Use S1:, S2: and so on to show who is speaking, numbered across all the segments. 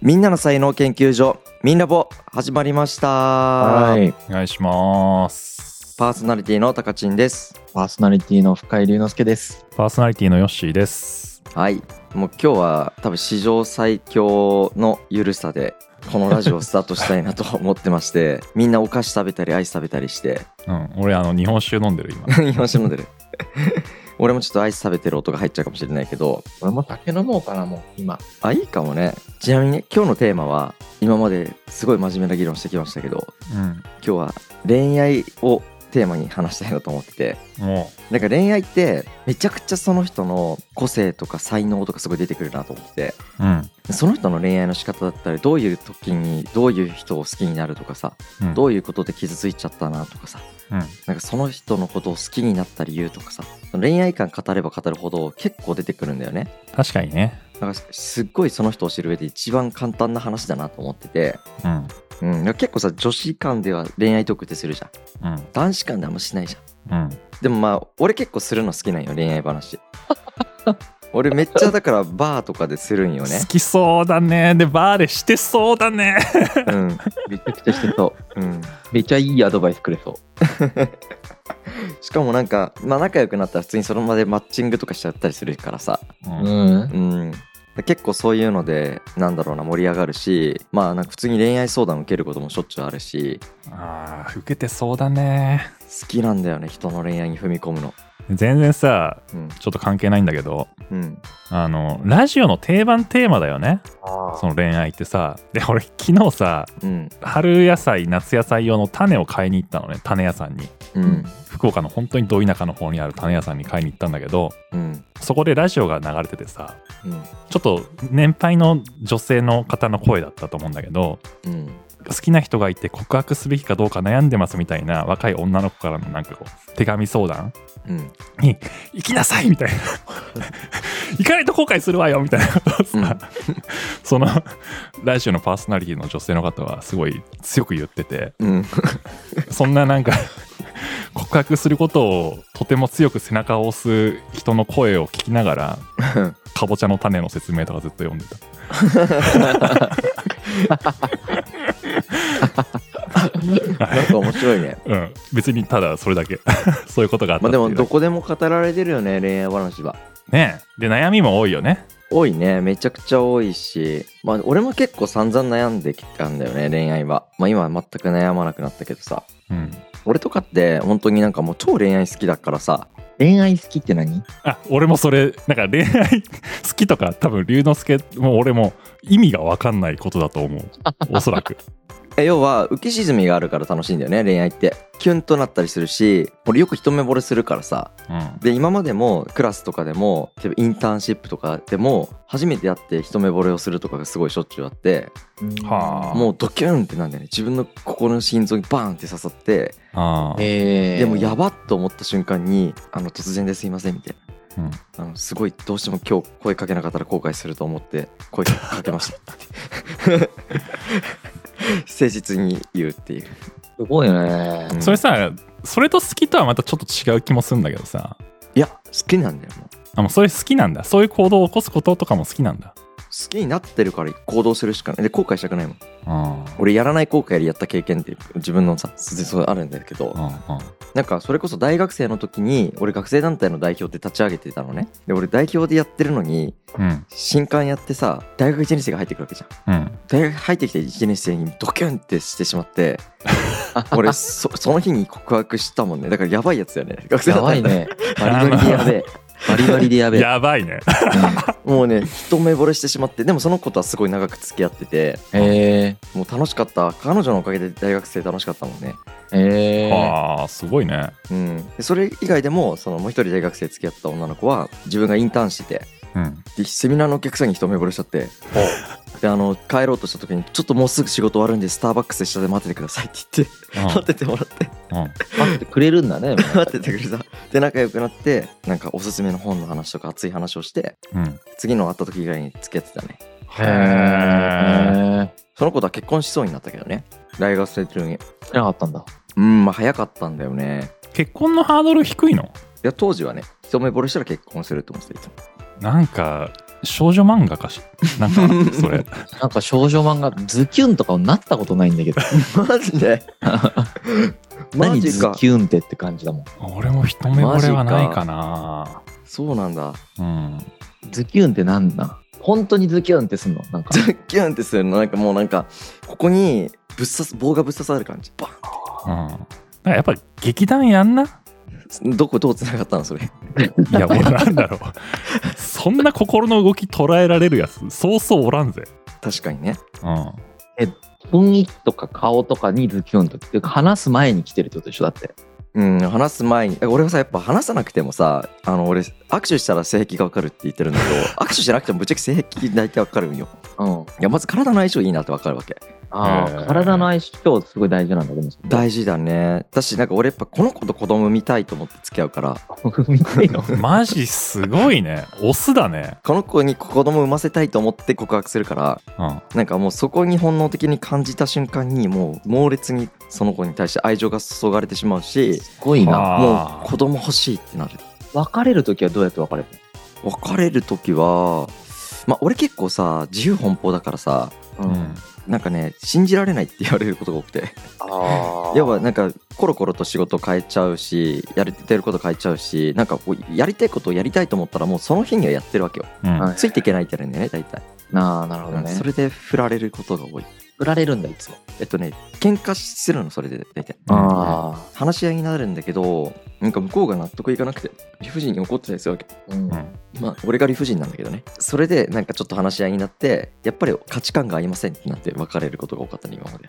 S1: みんなの才能研究所みんなぼ始まりました
S2: はい。
S3: お願いします。
S1: パーソナリティのたかちんです
S2: パーソナリティの深井龍之介です。
S3: パーソナリティのヨッシーです。
S1: はいもう今日は多分史上最強のゆるさでこのラジオをスタートしたいなと思ってま してみんなお菓子食べたりアイス食べたりして
S3: うん、俺あの日本酒飲んでる今。
S1: 今飲んでる俺もちょっとアイス食べてる音が入っちゃうかもしれないけど
S2: 俺も酒飲もうかな、もう今。
S1: あいいかもねちなみに今日のテーマは今まですごい真面目な議論してきましたけど今日は恋愛をテーマに話したいなと思ってて
S3: うん、も
S1: なんか恋愛ってめちゃくちゃその人の個性とか才能とかすごい出てくるなと思って
S3: う、うん、
S1: その人の恋愛の仕方だったりどういう時にどういう人を好きになるとかさ
S3: うん、
S1: どういうことで傷ついちゃったなとかさ
S3: うん、
S1: なんかその人のことを好きになった理由とかさ恋愛観語れば語るほど結構出てくるんだよね
S3: 確かにね。
S1: なんかすっごいその人を知る上で一番簡単な話だなと思ってて、
S3: うん、
S1: うん、なんか結構さ女子間では恋愛トークってするじゃん
S3: うん、
S1: 男子間であんましないじゃん
S3: うん、
S1: でもまあ俺結構するの好きなんよ恋愛 話俺めっちゃだからバーとかでするんよね
S3: 好きそうだね。でバーでしてそうだね。
S1: うん
S2: めちゃくちゃしてそ
S1: うん
S2: う。めちゃいいアドバイスくれそう。
S1: しかもなんかまあ仲良くなったら普通にその場でマッチングとかしちゃったりするからさ
S3: うん、
S2: ん。
S1: うん結構そういうのでなんだろうな盛り上がるしまあなんか普通に恋愛相談受けることもしょっちゅうあるし
S3: ああ、受けてそうだね。
S1: 好きなんだよね人の恋愛に踏み込むの
S3: 全然さ、
S1: うん
S3: ちょっと関係ないんだけど、
S1: うん
S3: あのラジオの定番テーマだよね。その恋愛ってさ、で俺昨日さ、
S1: うん
S3: 春野菜夏野菜用の種を買いに行ったのね。種屋さんに。
S1: うん
S3: 福岡の本当にど田舎の方にある種屋さんに買いに行ったんだけど
S1: うん
S3: そこでラジオが流れててさ
S1: うん
S3: ちょっと年配の女性の方の声だったと思うんだけど
S1: うん
S3: 好きな人がいて告白すべきかどうか悩んでますみたいな若い女の子からのなんかこう手紙相談
S1: うん
S3: に「行きなさい!」みたいな 「行かないと後悔するわよ!」みたいな ことをさ、
S1: うん
S3: そのラジオのパーソナリティの女性の方はすごい強く言ってて
S1: うん
S3: そんななんか 告白することをとても強く背中を押す人の声を聞きなが らかぼちゃの種の説明とかずっと読んでた
S1: なんか面白いね
S3: うん別にただそれだけ そういうことがあった
S1: まあ
S3: って
S1: で
S3: いう
S1: もどこでも語られてるよね恋愛話は
S3: ねえで悩みも多いよね
S1: 多いねめちゃくちゃ多いしまあ俺も結構散々悩んできたんだよね恋愛はまあ今は全く悩まなくなったけどさ
S3: うん
S1: 俺とかって本当になんかもう超恋愛好きだからさ
S2: 恋愛好きって何
S3: あ俺もそれなんか恋愛 好きとか多分龍之介も俺も意味が分かんないことだと思うおそ らく
S1: え要は浮き沈みがあるから楽しいんだよね恋愛ってキュンとなったりするし俺よく一目惚れするからさ
S3: うん
S1: で今までもクラスとかでも例えばインターンシップとかでも初めて会って一目惚れをするとかがすごいしょっちゅうあって
S3: はあ
S1: もうドキュンってなんだよね自分の心の心臓にバーンって刺さって
S3: ああ
S2: ええ。
S1: でもやばっと思った瞬間にあの突然ですいませんみたいな、
S3: うん
S1: あのすごいどうしても今日声かけなかったら後悔すると思って声かけました 誠実に言うっていう、
S2: すごい ね。
S1: うん
S3: それさそれと好きとはまたちょっと違う気もするんだけどさ
S1: いや好きなんだよもう
S3: あもうそれ好きなんだそういう行動を起こすこととかも好きなんだ
S1: 好きになってるから行動するしかないで後悔したくないもん
S3: うん
S1: 俺やらない後悔よりやった経験って自分のさそうあるんだけど、
S3: うんうん
S1: なんかそれこそ大学生の時に俺学生団体の代表で立ち上げてたのねで俺代表でやってるのに
S3: うん
S1: 新刊やってさ大学1年生が入ってくるわけじゃん
S3: うん
S1: 大学入ってきて1年生にドキュンってしてしまって 俺そその日に告白したもんねだからや ばいやつだよね学生だ
S2: や
S1: っ
S2: ば
S1: た
S2: い
S1: んだ
S2: ね。
S1: バリバリでやべえ
S2: バリバリでやべえ。
S3: やばいね
S1: もうね一目惚れしてしまってでもその子とはすごい長く付き合ってて
S2: うんえ
S1: もう楽しかった彼女のおかげで大学生楽しかったもんね
S2: え。ええ。
S3: ああすごいね
S1: うんでそれ以外でもそのもう一人大学生付き合った女の子は自分がインターンしてて
S3: うん
S1: でセミナーのお客さんに一目惚れしちゃってであの帰ろうとした時に「ちょっともうすぐ仕事終わるんでスターバックスで下で待っててください」って言って待っててもらって
S3: うんうん
S2: 待ってくれるんだね。
S1: 待っててくれたで仲良くなってなんかおすすめの本の話とか熱い話をして
S3: うん
S1: 次の会った時以外に付き合ってたね
S3: へえ
S2: え。
S1: その子とは結婚しそうになったけどね大学生中に
S2: 知らなかったんだ。
S1: うんまあ早かったんだよね
S3: 結婚のハードル低いの
S1: いや当時はね一目惚れしたら結婚するって思ってたいつも
S3: なんか少女漫画かしなんかそれ
S2: なんか少女漫画ズキュンとかなったことないんだけど
S1: マジ でマ
S2: 何
S1: ジ
S2: ズ
S1: か
S2: キュンってって感じだもん
S3: 俺も一目惚れはないかな
S1: そうなんだ
S3: うん
S2: ズキュンってなんだ本当にズキュンってすんのなんか
S1: ザッキュンってするのなんかもうなんかここにぶっ刺す棒がぶっ刺さる感じバ
S3: うんだからやっぱり劇団やんな
S1: ンどこどうつながったのそれ
S3: いや俺なんだろうそんな心の動き捉えられるやつそうそうおらんぜ
S1: 確かにね
S3: うん
S2: 雰囲気とか顔とかにズキュンとって話す前に来てるってことでしょだって
S1: うん話す前にえ俺はさやっぱ話さなくてもさあの俺握手したら性癖が分かるって言ってるんだけど握手しなくてもぶっちゃけ性癖大体分かるんよ
S2: うん
S1: いやまず体の相性いいなって分かるわけ
S2: ああ、
S3: えー
S2: 体の相性すごい大事なんだでも
S1: 大事だねだしなんか俺やっぱこの子と子供見たいと思って付き合うから
S2: 事みたいの
S3: マジすごいねオスだね
S1: この子に子供産ませたいと思って告白するから
S3: うん
S1: なんかもうそこに本能的に感じた瞬間にもう猛烈にその子に対して愛情が注がれてしまうし
S2: すごいな
S1: も
S3: あ
S1: う子供欲しいってなる
S2: 別れる時はどうやって別れる
S1: 別れる時はまあ俺結構さ自由奔放だからさ
S2: の、
S3: うん
S1: なんかね信じられないって言われることが多くて
S2: ああ
S1: 要はなんかコロコロと仕事変えちゃうしやれてること変えちゃうしなんかこうやりたいことをやりたいと思ったらもうその日にはやってるわけよ
S3: うん
S2: はい
S1: ついていけないってなるんだよね大体、
S2: なあなるほどね
S1: それで振られることが多い
S2: 振られるんだいつも
S1: えっとね喧嘩するのそれで大体
S2: あ
S1: 話し合いになるんだけどなんか向こうが納得いかなくて理不尽に怒ってたりするわけ
S2: あ、うん
S3: うん
S1: まあ俺が理不尽なんだけどねそれでなんかちょっと話し合いになってやっぱり価値観が合いませんってなって別れることが多かったね今まで、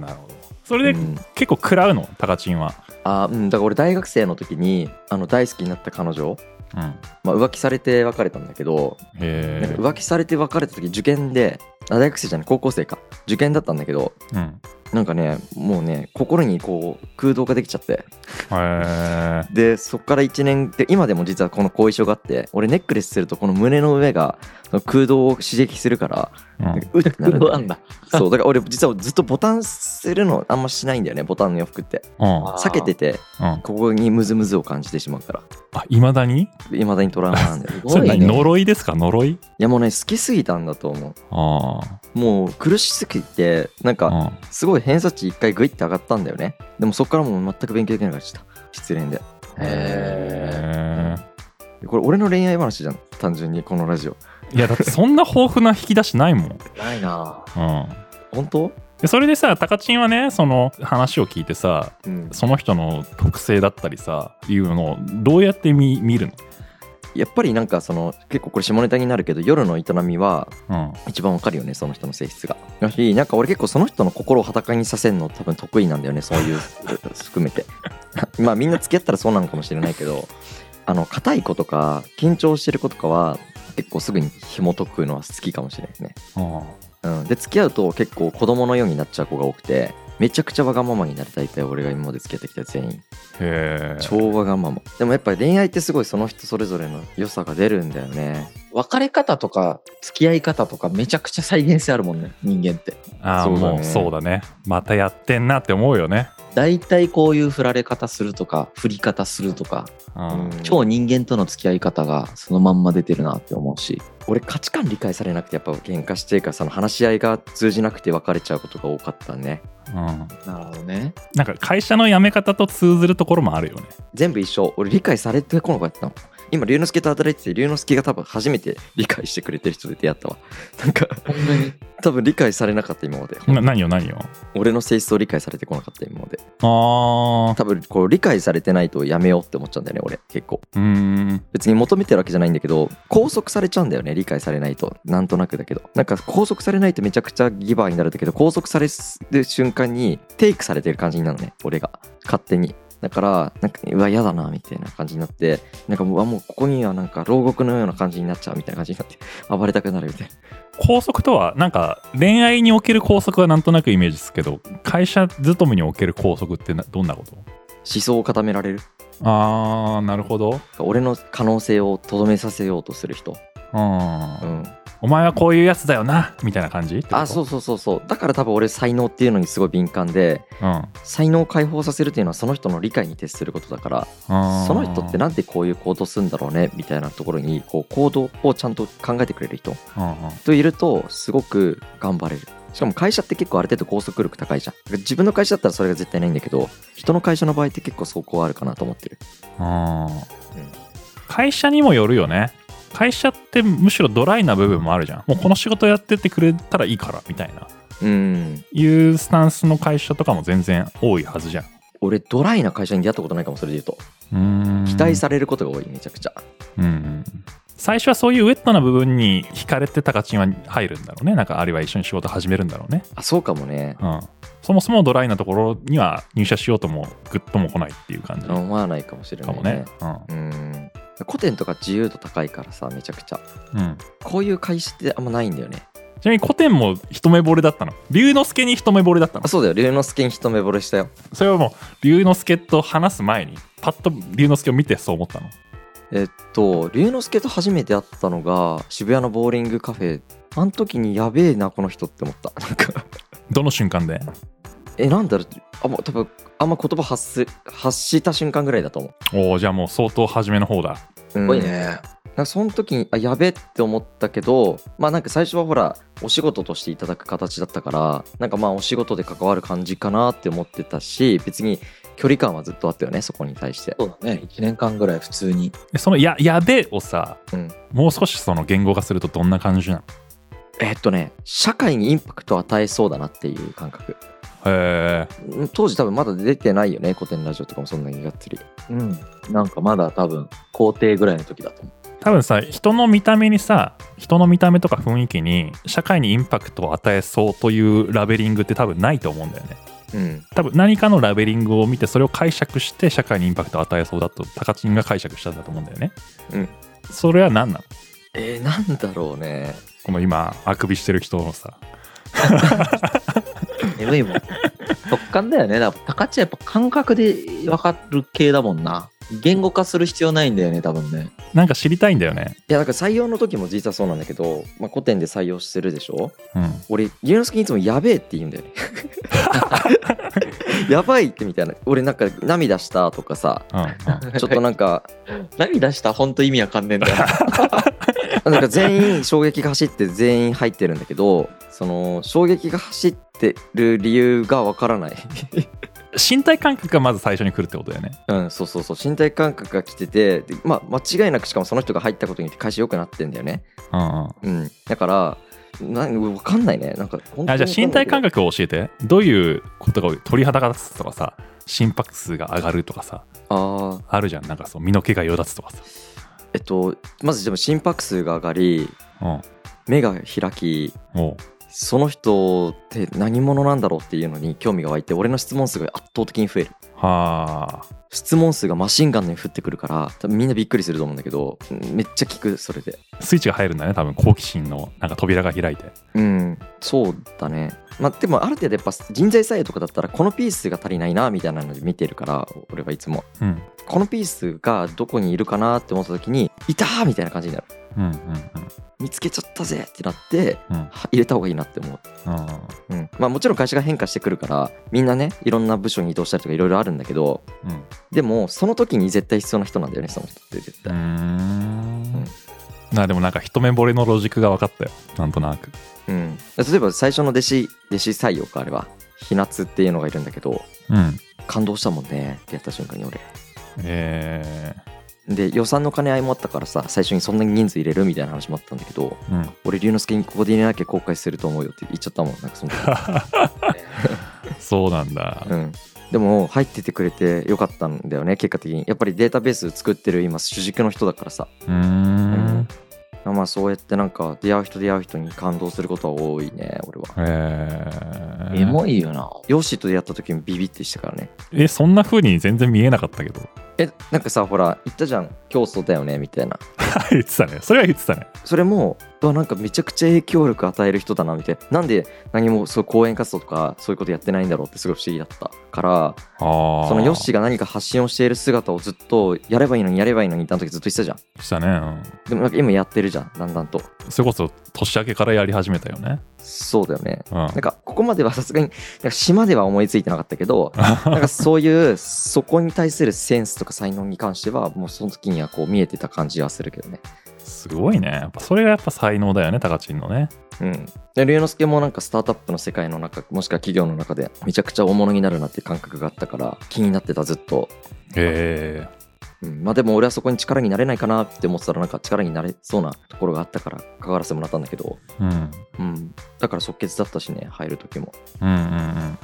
S3: なるほどそれ
S1: う
S3: で
S1: ん
S3: 結構食らうのタカチンは
S1: あーうんだから俺大学生の時にあの大好きになった彼女、
S3: うんへ
S1: まあ、浮気されて別れたんだけどなんか
S3: え
S1: 浮気されて別れた時受験であ大学生じゃない高校生か受験だったんだけど
S3: うん
S1: なんかねもうね心にこう空洞ができちゃって
S3: へえ
S1: でそっから1年で今でも実はこの後遺症があって俺ネックレスするとこの胸の上がその空洞を刺激するから
S3: うん
S1: うってなるんだ
S2: どう
S1: よ
S2: な
S1: ね
S2: んだ
S1: そうだから俺実はずっとボタンするのあんましないんだよねボタンの洋服って
S3: うん
S2: あー
S1: 避けてて
S3: うん
S1: ここにムズムズを感じてしまうから
S3: あいまだに
S1: いまだにトラウマなんだよい
S2: すご
S3: それ
S2: い
S3: 何
S2: ね
S3: 呪いですか呪い
S1: やもうね好きすぎたんだと思
S3: あ
S1: うもう苦しすぎてなん
S3: あ
S1: かすごい偏差値一回グイって上がったんだよねでもそっからもう全く勉強できなくなっちゃった失恋で
S3: うんへえ
S1: これ俺の恋愛話じゃん単純にこのラジオ
S3: いやだってそんな豊富な引き出しないもん
S2: ないな
S3: うん
S1: 本当
S3: でそれでさタカチンはねその話を聞いてさ
S1: うん
S3: その人の特性だったりさいうのをどうやって見見る
S1: やっぱりなんかその結構これ下ネタになるけど夜の営みは
S3: の、
S1: 一番わかるよねその人の性質がだしなんか俺結構その人の心を裸にさせるの多分得意なんだよねそう いう含めて まあみんな付き合ったらそうなのかもしれないけどあの硬い子とか緊張してる子とかは結構すぐに紐解くのは好きかもしれないですね、
S3: うんうん、
S1: うん、で付き合うと結構子供のようになっちゃう子が多くてめちゃくちゃわがままになる大体俺が今まで付き合ってきた全員
S3: へえ
S1: 超わがままでもやっぱり恋愛ってすごいその人それぞれの良さが出るんだよね
S2: 別れ方とか付き合い方とかめちゃくちゃ再現性あるもんね人間って
S3: ああ
S1: そうだね
S3: もうそうだねまたやってんなって思うよね、
S2: 大体こういう振られ方するとか振り方するとか
S3: うん
S1: うん
S2: 超人間との付き合い方がそのまんま出てるなって思うし
S1: 俺価値観理解されなくてやっぱ喧嘩してるからその話し合いが通じなくて別れちゃうことが多かったね
S3: うん
S2: なるほどね
S3: なんか会社の辞め方と通ずるところもあるよね
S1: 全部一緒俺理解されてこなかったの今龍之介と働いてて龍之介が多分初めて理解してくれてる人で出会ったわなんか
S2: ほんまに
S1: 多分理解されなかった今まで
S3: な何よ何よ
S1: 俺の性質を理解されてこなかった今まで
S3: ああ
S1: 多分こう理解されてないとやめようって思っちゃうんだよね俺結構
S3: うーん
S1: 別に求めてるわけじゃないんだけど拘束されちゃうんだよね理解されないとなんとなくだけどなんか拘束されないとめちゃくちゃギバーになるんだけど拘束される瞬間にテイクされてる感じになるのね俺が勝手にだからなんかうわ嫌だなみたいな感じになってなんかもううわもうここにはなんか牢獄のような感じになっちゃうみたいな感じになって暴れたくなるみたいな
S3: 拘束とはなんか恋愛における拘束はなんとなくイメージですけど会社勤めにおける拘束ってなどんなこと
S1: 思想を固められる
S3: ああなるほど
S1: 俺の可能性をとどめさせようとする人
S3: うん
S1: うん
S3: お前はこういうやつだよなみたいな感じってこと
S1: あそうそうそうそうだから多分俺才能っていうのにすごい敏感で
S3: うん、
S1: 才能を解放させるっていうのはその人の理解に徹することだから
S3: あー
S1: その人ってなんでこういう行動するんだろうねみたいなところにこう行動をちゃんと考えてくれる人
S3: うんうん
S1: といるとすごく頑張れるしかも会社って結構ある程度拘束力高いじゃんだから自分の会社だったらそれが絶対ないんだけど人の会社の場合って結構そこはあるかなと思ってる
S3: あー会社にもよるよね会社ってむしろドライな部分もあるじゃんもうこの仕事やってってくれたらいいからみたいな
S1: うん
S3: いうスタンスの会社とかも全然多いはずじゃん
S1: 俺ドライな会社に出会ったことないかもそれで言うと
S3: うーん
S1: 期待されることが多いめちゃくちゃ
S3: うんうん最初はそういうウェットな部分に惹かれてタカチンは入るんだろうねなんかあるいは一緒に仕事始めるんだろうね
S1: あそうかもね
S3: うんそもそもドライなところには入社しようともグッとも来ないっていう感じか
S1: 思わないかもしれない
S3: もねうん
S1: うん古典とか自由度高いからさめちゃくちゃ
S3: うん
S1: こういう会社ってあんまないんだよね
S3: ちなみに古典も一目惚れだったの龍之介に一目惚れだったの
S1: あそうだよ龍之介に一目惚れしたよ
S3: それはもう龍之介と話す前にパッと龍之介を見てそう思ったの
S1: えっと龍之介と初めて会ったのが渋谷のボーリングカフェあの時にやべえなこの人って思った なんか
S3: どの瞬間で
S1: えなんだろうあもう多分あんま言葉発す発した瞬間ぐらいだと思
S3: おおじゃあもう相当初めの方だ
S1: う、うん
S2: ごいね。
S1: なんかその時にあやべえって思ったけどまあなんか最初はほらお仕事としていただく形だったからなんかまあお仕事で関わる感じかなって思ってたし別に距離感はずっとあったよねそこに対して
S2: そうだね。1年間ぐらい普通に。
S3: でそのや「やべ」をさ、
S1: うん
S3: もう少しその言語化するとどんな感じなの
S1: えっとね社会にインパクトを与えそうだなっていう感覚
S3: へえ
S1: うん当時多分まだ出てないよね古典ラジオとかもそんなにがっつり
S2: うん。なんかまだ多分、皇帝ぐらいの時だと思
S3: 多分さ人の見た目にさ人の見た目とか雰囲気に社会にインパクトを与えそうというラベリングって多分ないと思うんだよね
S1: うん
S3: 多分何かのラベリングを見てそれを解釈して社会にインパクトを与えそうだとタカチンが解釈したんだと思うんだよね
S1: うん
S3: それは何なの
S1: えー、なんだろうね
S3: この今あくびしてる人のさ
S2: う。眠いもん。直感だよね。だから、高知はやっぱ感覚で分かる系だもんな。言語化する必要ないんだよね、多分 ね。
S3: なんか知りたいんだよね
S1: いやだから採用の時も実はそうなんだけど、まあ、古典で採用してるでしょ
S3: うん
S1: 俺龍之介にいつも「やべえ」って言うんだ よねやばいってみたいな俺なんか涙したとかさ
S3: うん うん
S1: ちょっとなんか
S2: 何出した本当意味わかんねえんだよ。
S1: なんか全員衝撃が走って全員入ってるんだけどその衝撃が走ってる理由がわからない
S3: 身体感覚がまず最初に来るってことだよね
S1: うん、そうそうそう身体感覚が来ててで、まあ、間違いなくしかもその人が入ったことによって会社良くなってんだよね、
S3: うんうん
S1: うん、だからな分かんないねなんか本当
S3: あ
S1: に
S3: じゃあ身体感
S1: 覚
S3: 覚を教えてどういうことが多い鳥肌が立つとかさ心拍数が上がるとかさ
S1: ああ
S3: あるじゃんなんかそう身の毛がよだつとかさ、
S1: えっとまずでも心拍数が上がり
S3: う
S1: 目が開き
S3: ん、おう
S1: その人って何者なんだろうっていうのに興味が湧いて俺の質問数が圧倒的に増える
S3: はあ
S1: 質問数がマシンガンのように降ってくるから多分みんなびっくりすると思うんだけどうんめっちゃ効くそれで
S3: スイッチが入るんだね多分好奇心のなんか扉が開いて
S1: うん、そうだね。まあ、でもある程度やっぱ人材採用とかだったらこのピースが足りないなみたいなので見てるから俺はいつも
S3: うん
S1: このピースがどこにいるかなって思った時にいたーみたいな感じになる
S3: うんうん
S1: 見つけちゃったぜってなって
S3: うんうん
S1: は入れた方がいいなって思う、
S3: うん
S1: うんまあ、もちろん会社が変化してくるからみんなねいろんな部署に移動したりとかいろいろあるんだけど
S3: うん
S1: でもその時に絶対必要な人なんだよねその人って絶
S3: う
S1: 対、
S3: ーんなでもなんか一目惚れのロジックが分かったよなんとなく
S1: うん、例えば最初の弟子弟子採用かあれはひなつっていうのがいるんだけど
S3: うん
S1: 感動したもんねってやった瞬間に俺
S3: え
S1: で予算の兼ね合いもあったからさ最初にそんなに人数入れるみたいな話もあったんだけど
S3: ー、うん
S1: 俺龍之介にここで入れなきゃ後悔すると思うよって言っちゃったもんなんかその時
S3: そうなん だ
S1: うんでも入っててくれてよかったんだよね結果的にやっぱりデータベース作ってる今主軸の人だからさ
S3: うーん
S1: まあそうやってなんか出会う人出会う人に感動することは多いね俺は
S3: え ー、
S2: エモいよな。
S1: ヨッシーと出会った時もビビってしたからね
S3: えそんな風に全然見えなかったけど
S1: ええなんかさほら言ったじゃん競争だよねみたいな
S3: 言ってたねそれは言ってたね
S1: それもうわなんかめちゃくちゃ影響力与える人だなみたいななんで何もそう講演活動とかそういうことやってないんだろうってすごい不思議だったから
S3: ああ
S1: そのヨッシーが何か発信をしている姿をずっとやればいいのにやればいいのにってあの時ずっと言ってたじゃん
S3: したね、うん
S1: でもなんか今やってるじゃんだんだんと
S3: それこそ年明けからやり始めたよね。
S1: そうだよね
S3: うん、
S1: なんかここまではさすがになんか島では思いついてなかったけどなんかそういうそこに対するセンスとか才能に関してはもうその時にはこう見えてた感じはするけどね
S3: すごいね。やっぱそれがやっぱ才能だよね、高知のね。
S1: うんで龍之介もなんかスタートアップの世界の中もしくは企業の中でめちゃくちゃ大物になるなっていう感覚があったから気になってたずっと、
S3: へ
S1: うん、まあでも俺はそこに力になれないかなって思ってたらなんか力になれそうなところがあったから関わらせてもらったんだけど、
S3: え。うん。うん
S1: うん、だから即決だったしね入る時も
S3: うんうんうん。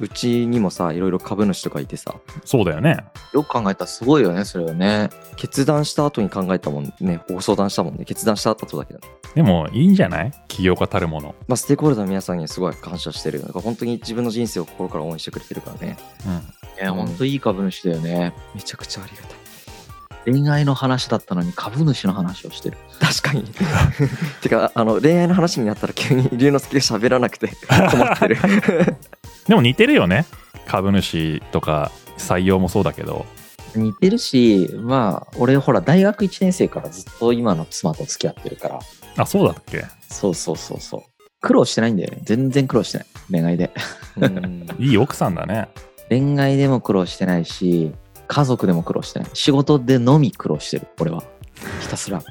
S1: うちにもさいろいろ株主とかいてさ
S3: そうだよね。
S2: よく考えたらすごいよね、それはね。
S1: 決断した後に考えたもんねご相談したもんね決断した後だけどね
S3: でもいいんじゃない起業家たるもの。
S1: まあステークホルダーの皆さんにすごい感謝してるなんか本当に自分の人生を心から応援してくれてるからね
S3: うん。
S2: ね、ほんといい株主だよね。
S1: めちゃくちゃありがたい
S2: 恋愛の話だったのに株主の話をしてる。
S1: 確かにてかあの恋愛の話になったら急に龍之介が喋らな くて困ってる
S3: でも似てるよね。株主とか採用もそうだけど。
S2: 似てるし、まあ、俺ほら、大学1年生からずっと今の妻と付き合ってるから。
S3: あ、そうだっけ
S2: そうそうそうそう。苦労してないんだよね。全然苦労してない。恋愛で。
S1: うん
S3: いい奥さんだね。
S2: 恋愛でも苦労してないし、家族でも苦労してない。仕事でのみ苦労してる、俺は。ひたすら。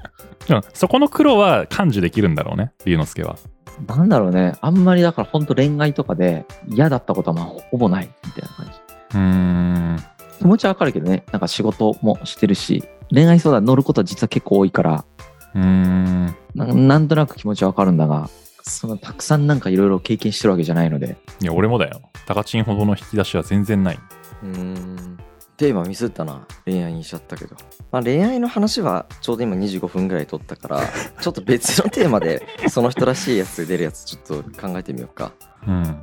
S3: でもそこの苦労は感受できるんだろうね、龍之介は。
S2: なんだろうね。あんまりだから本当恋愛とかで嫌だったことはまあほぼないみたいな感じ。
S3: うーん。
S2: 気持ちはわかるけどね。なんか仕事もしてるし、恋愛相談乗ることは実は結構多いから、
S3: うーん。
S2: なんなんとなく気持ちはわかるんだが、そのたくさんなんかいろいろ経験してるわけじゃないので、
S3: いや、俺もだよ。高知ほどの引き出しは全然ない。
S1: うんテーマミスったな恋愛にしちゃったけど、まあ、恋愛の話はちょうど今25分ぐらい取ったからちょっと別のテーマでその人らしいやつ出るやつちょっと考えてみようか
S3: うん。